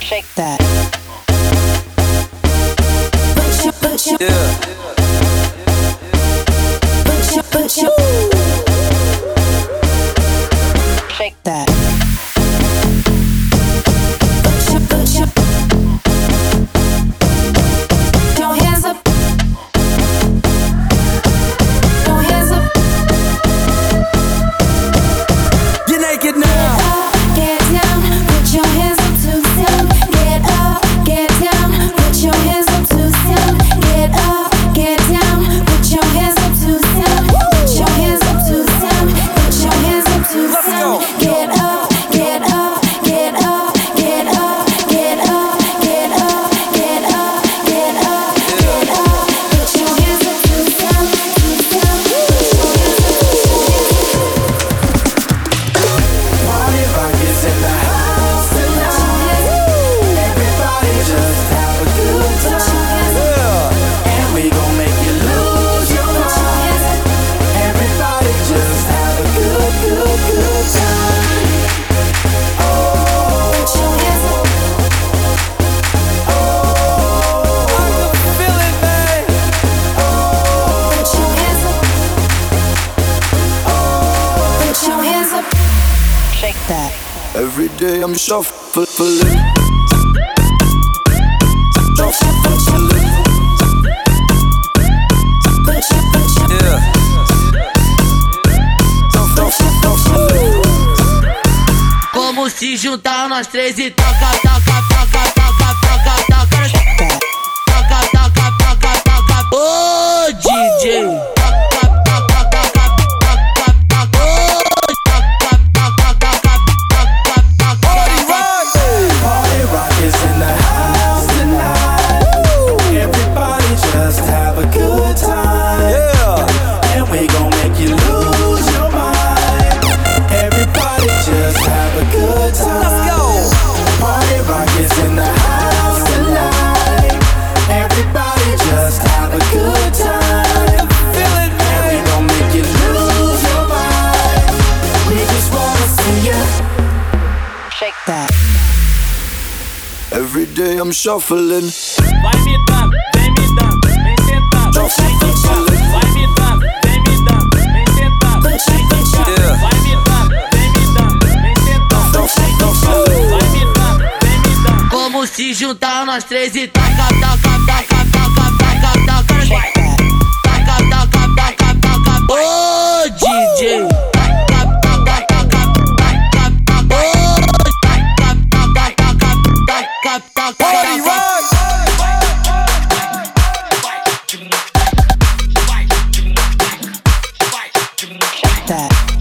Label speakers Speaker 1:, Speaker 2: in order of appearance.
Speaker 1: shake that.
Speaker 2: Put your, put your,
Speaker 3: Yeah,
Speaker 2: put your, put your,
Speaker 1: Shake that.
Speaker 2: put your, put your, your hands up. Your hands up.
Speaker 3: get naked now.
Speaker 2: Get down, put your hands up to the ceiling. Get up, get down, put your hands up to the ceiling. Get up, get down, put your hands up to the ceiling. Put your hands up to the ceiling. Put your hands up to the
Speaker 3: Let's
Speaker 2: ceiling.
Speaker 3: go.
Speaker 2: Get up, get up, get up, get up, get up, get up, get up, get up, get up. Put your hands up to the ceiling, to the ceiling. Put your hands up to the ceiling.
Speaker 4: Party rock is in the house
Speaker 2: Put
Speaker 4: tonight.
Speaker 2: your hands up.
Speaker 4: Everybody just have a good
Speaker 2: Put
Speaker 4: time.
Speaker 2: your hands up.
Speaker 4: And we gon' make you lose your
Speaker 2: Put your
Speaker 4: mind.
Speaker 2: hands up.
Speaker 4: Everybody just have a good, good, good time.
Speaker 2: Put your hands up. Put your hands up. Put your hands up.
Speaker 1: Shake that.
Speaker 3: Every day I'm shuffling.
Speaker 2: Put your, put your,
Speaker 3: Yeah,
Speaker 5: Como se juntar nós três e taca, taca, taca, taca, taca, taca. Taca, taca, taca, taca. Ô, DJ. Taca, taca, taca, taca, taca. Ô, taca, taca, taca, taca, taca,
Speaker 3: Party
Speaker 5: taca.
Speaker 3: rock.
Speaker 4: Party rock is in the house tonight. Everybody just have a good time.
Speaker 3: Yeah,
Speaker 4: And we gon' make you lose your mind. Everybody just have a good time.
Speaker 3: let's go.
Speaker 4: Party rock is in the house tonight. Everybody just have a good time.
Speaker 3: Feel it,
Speaker 4: And we
Speaker 3: baby.
Speaker 4: gon' make you lose your mind. We just wanna see you.
Speaker 1: Shake that.
Speaker 3: Every day I'm shuffling.
Speaker 6: Vai me dando, vem me dando, vem sentando, vem sentando. Vai me dando, vem me dando, vem sentando, vem sentando. Vai me dando, vem me dando, vem sentando, vem sentando. Vai me dando, vem me dando.
Speaker 5: Como se juntar nós três e taca, taca, taca, taca, taca, taca.
Speaker 1: Shake that.
Speaker 5: Taca, taca, taca, taca. Ô, DJ. Taca, taca, taca, taca, taca. Ô, taca, taca, taca, taca, taca.
Speaker 3: Party rock.
Speaker 1: Shake that.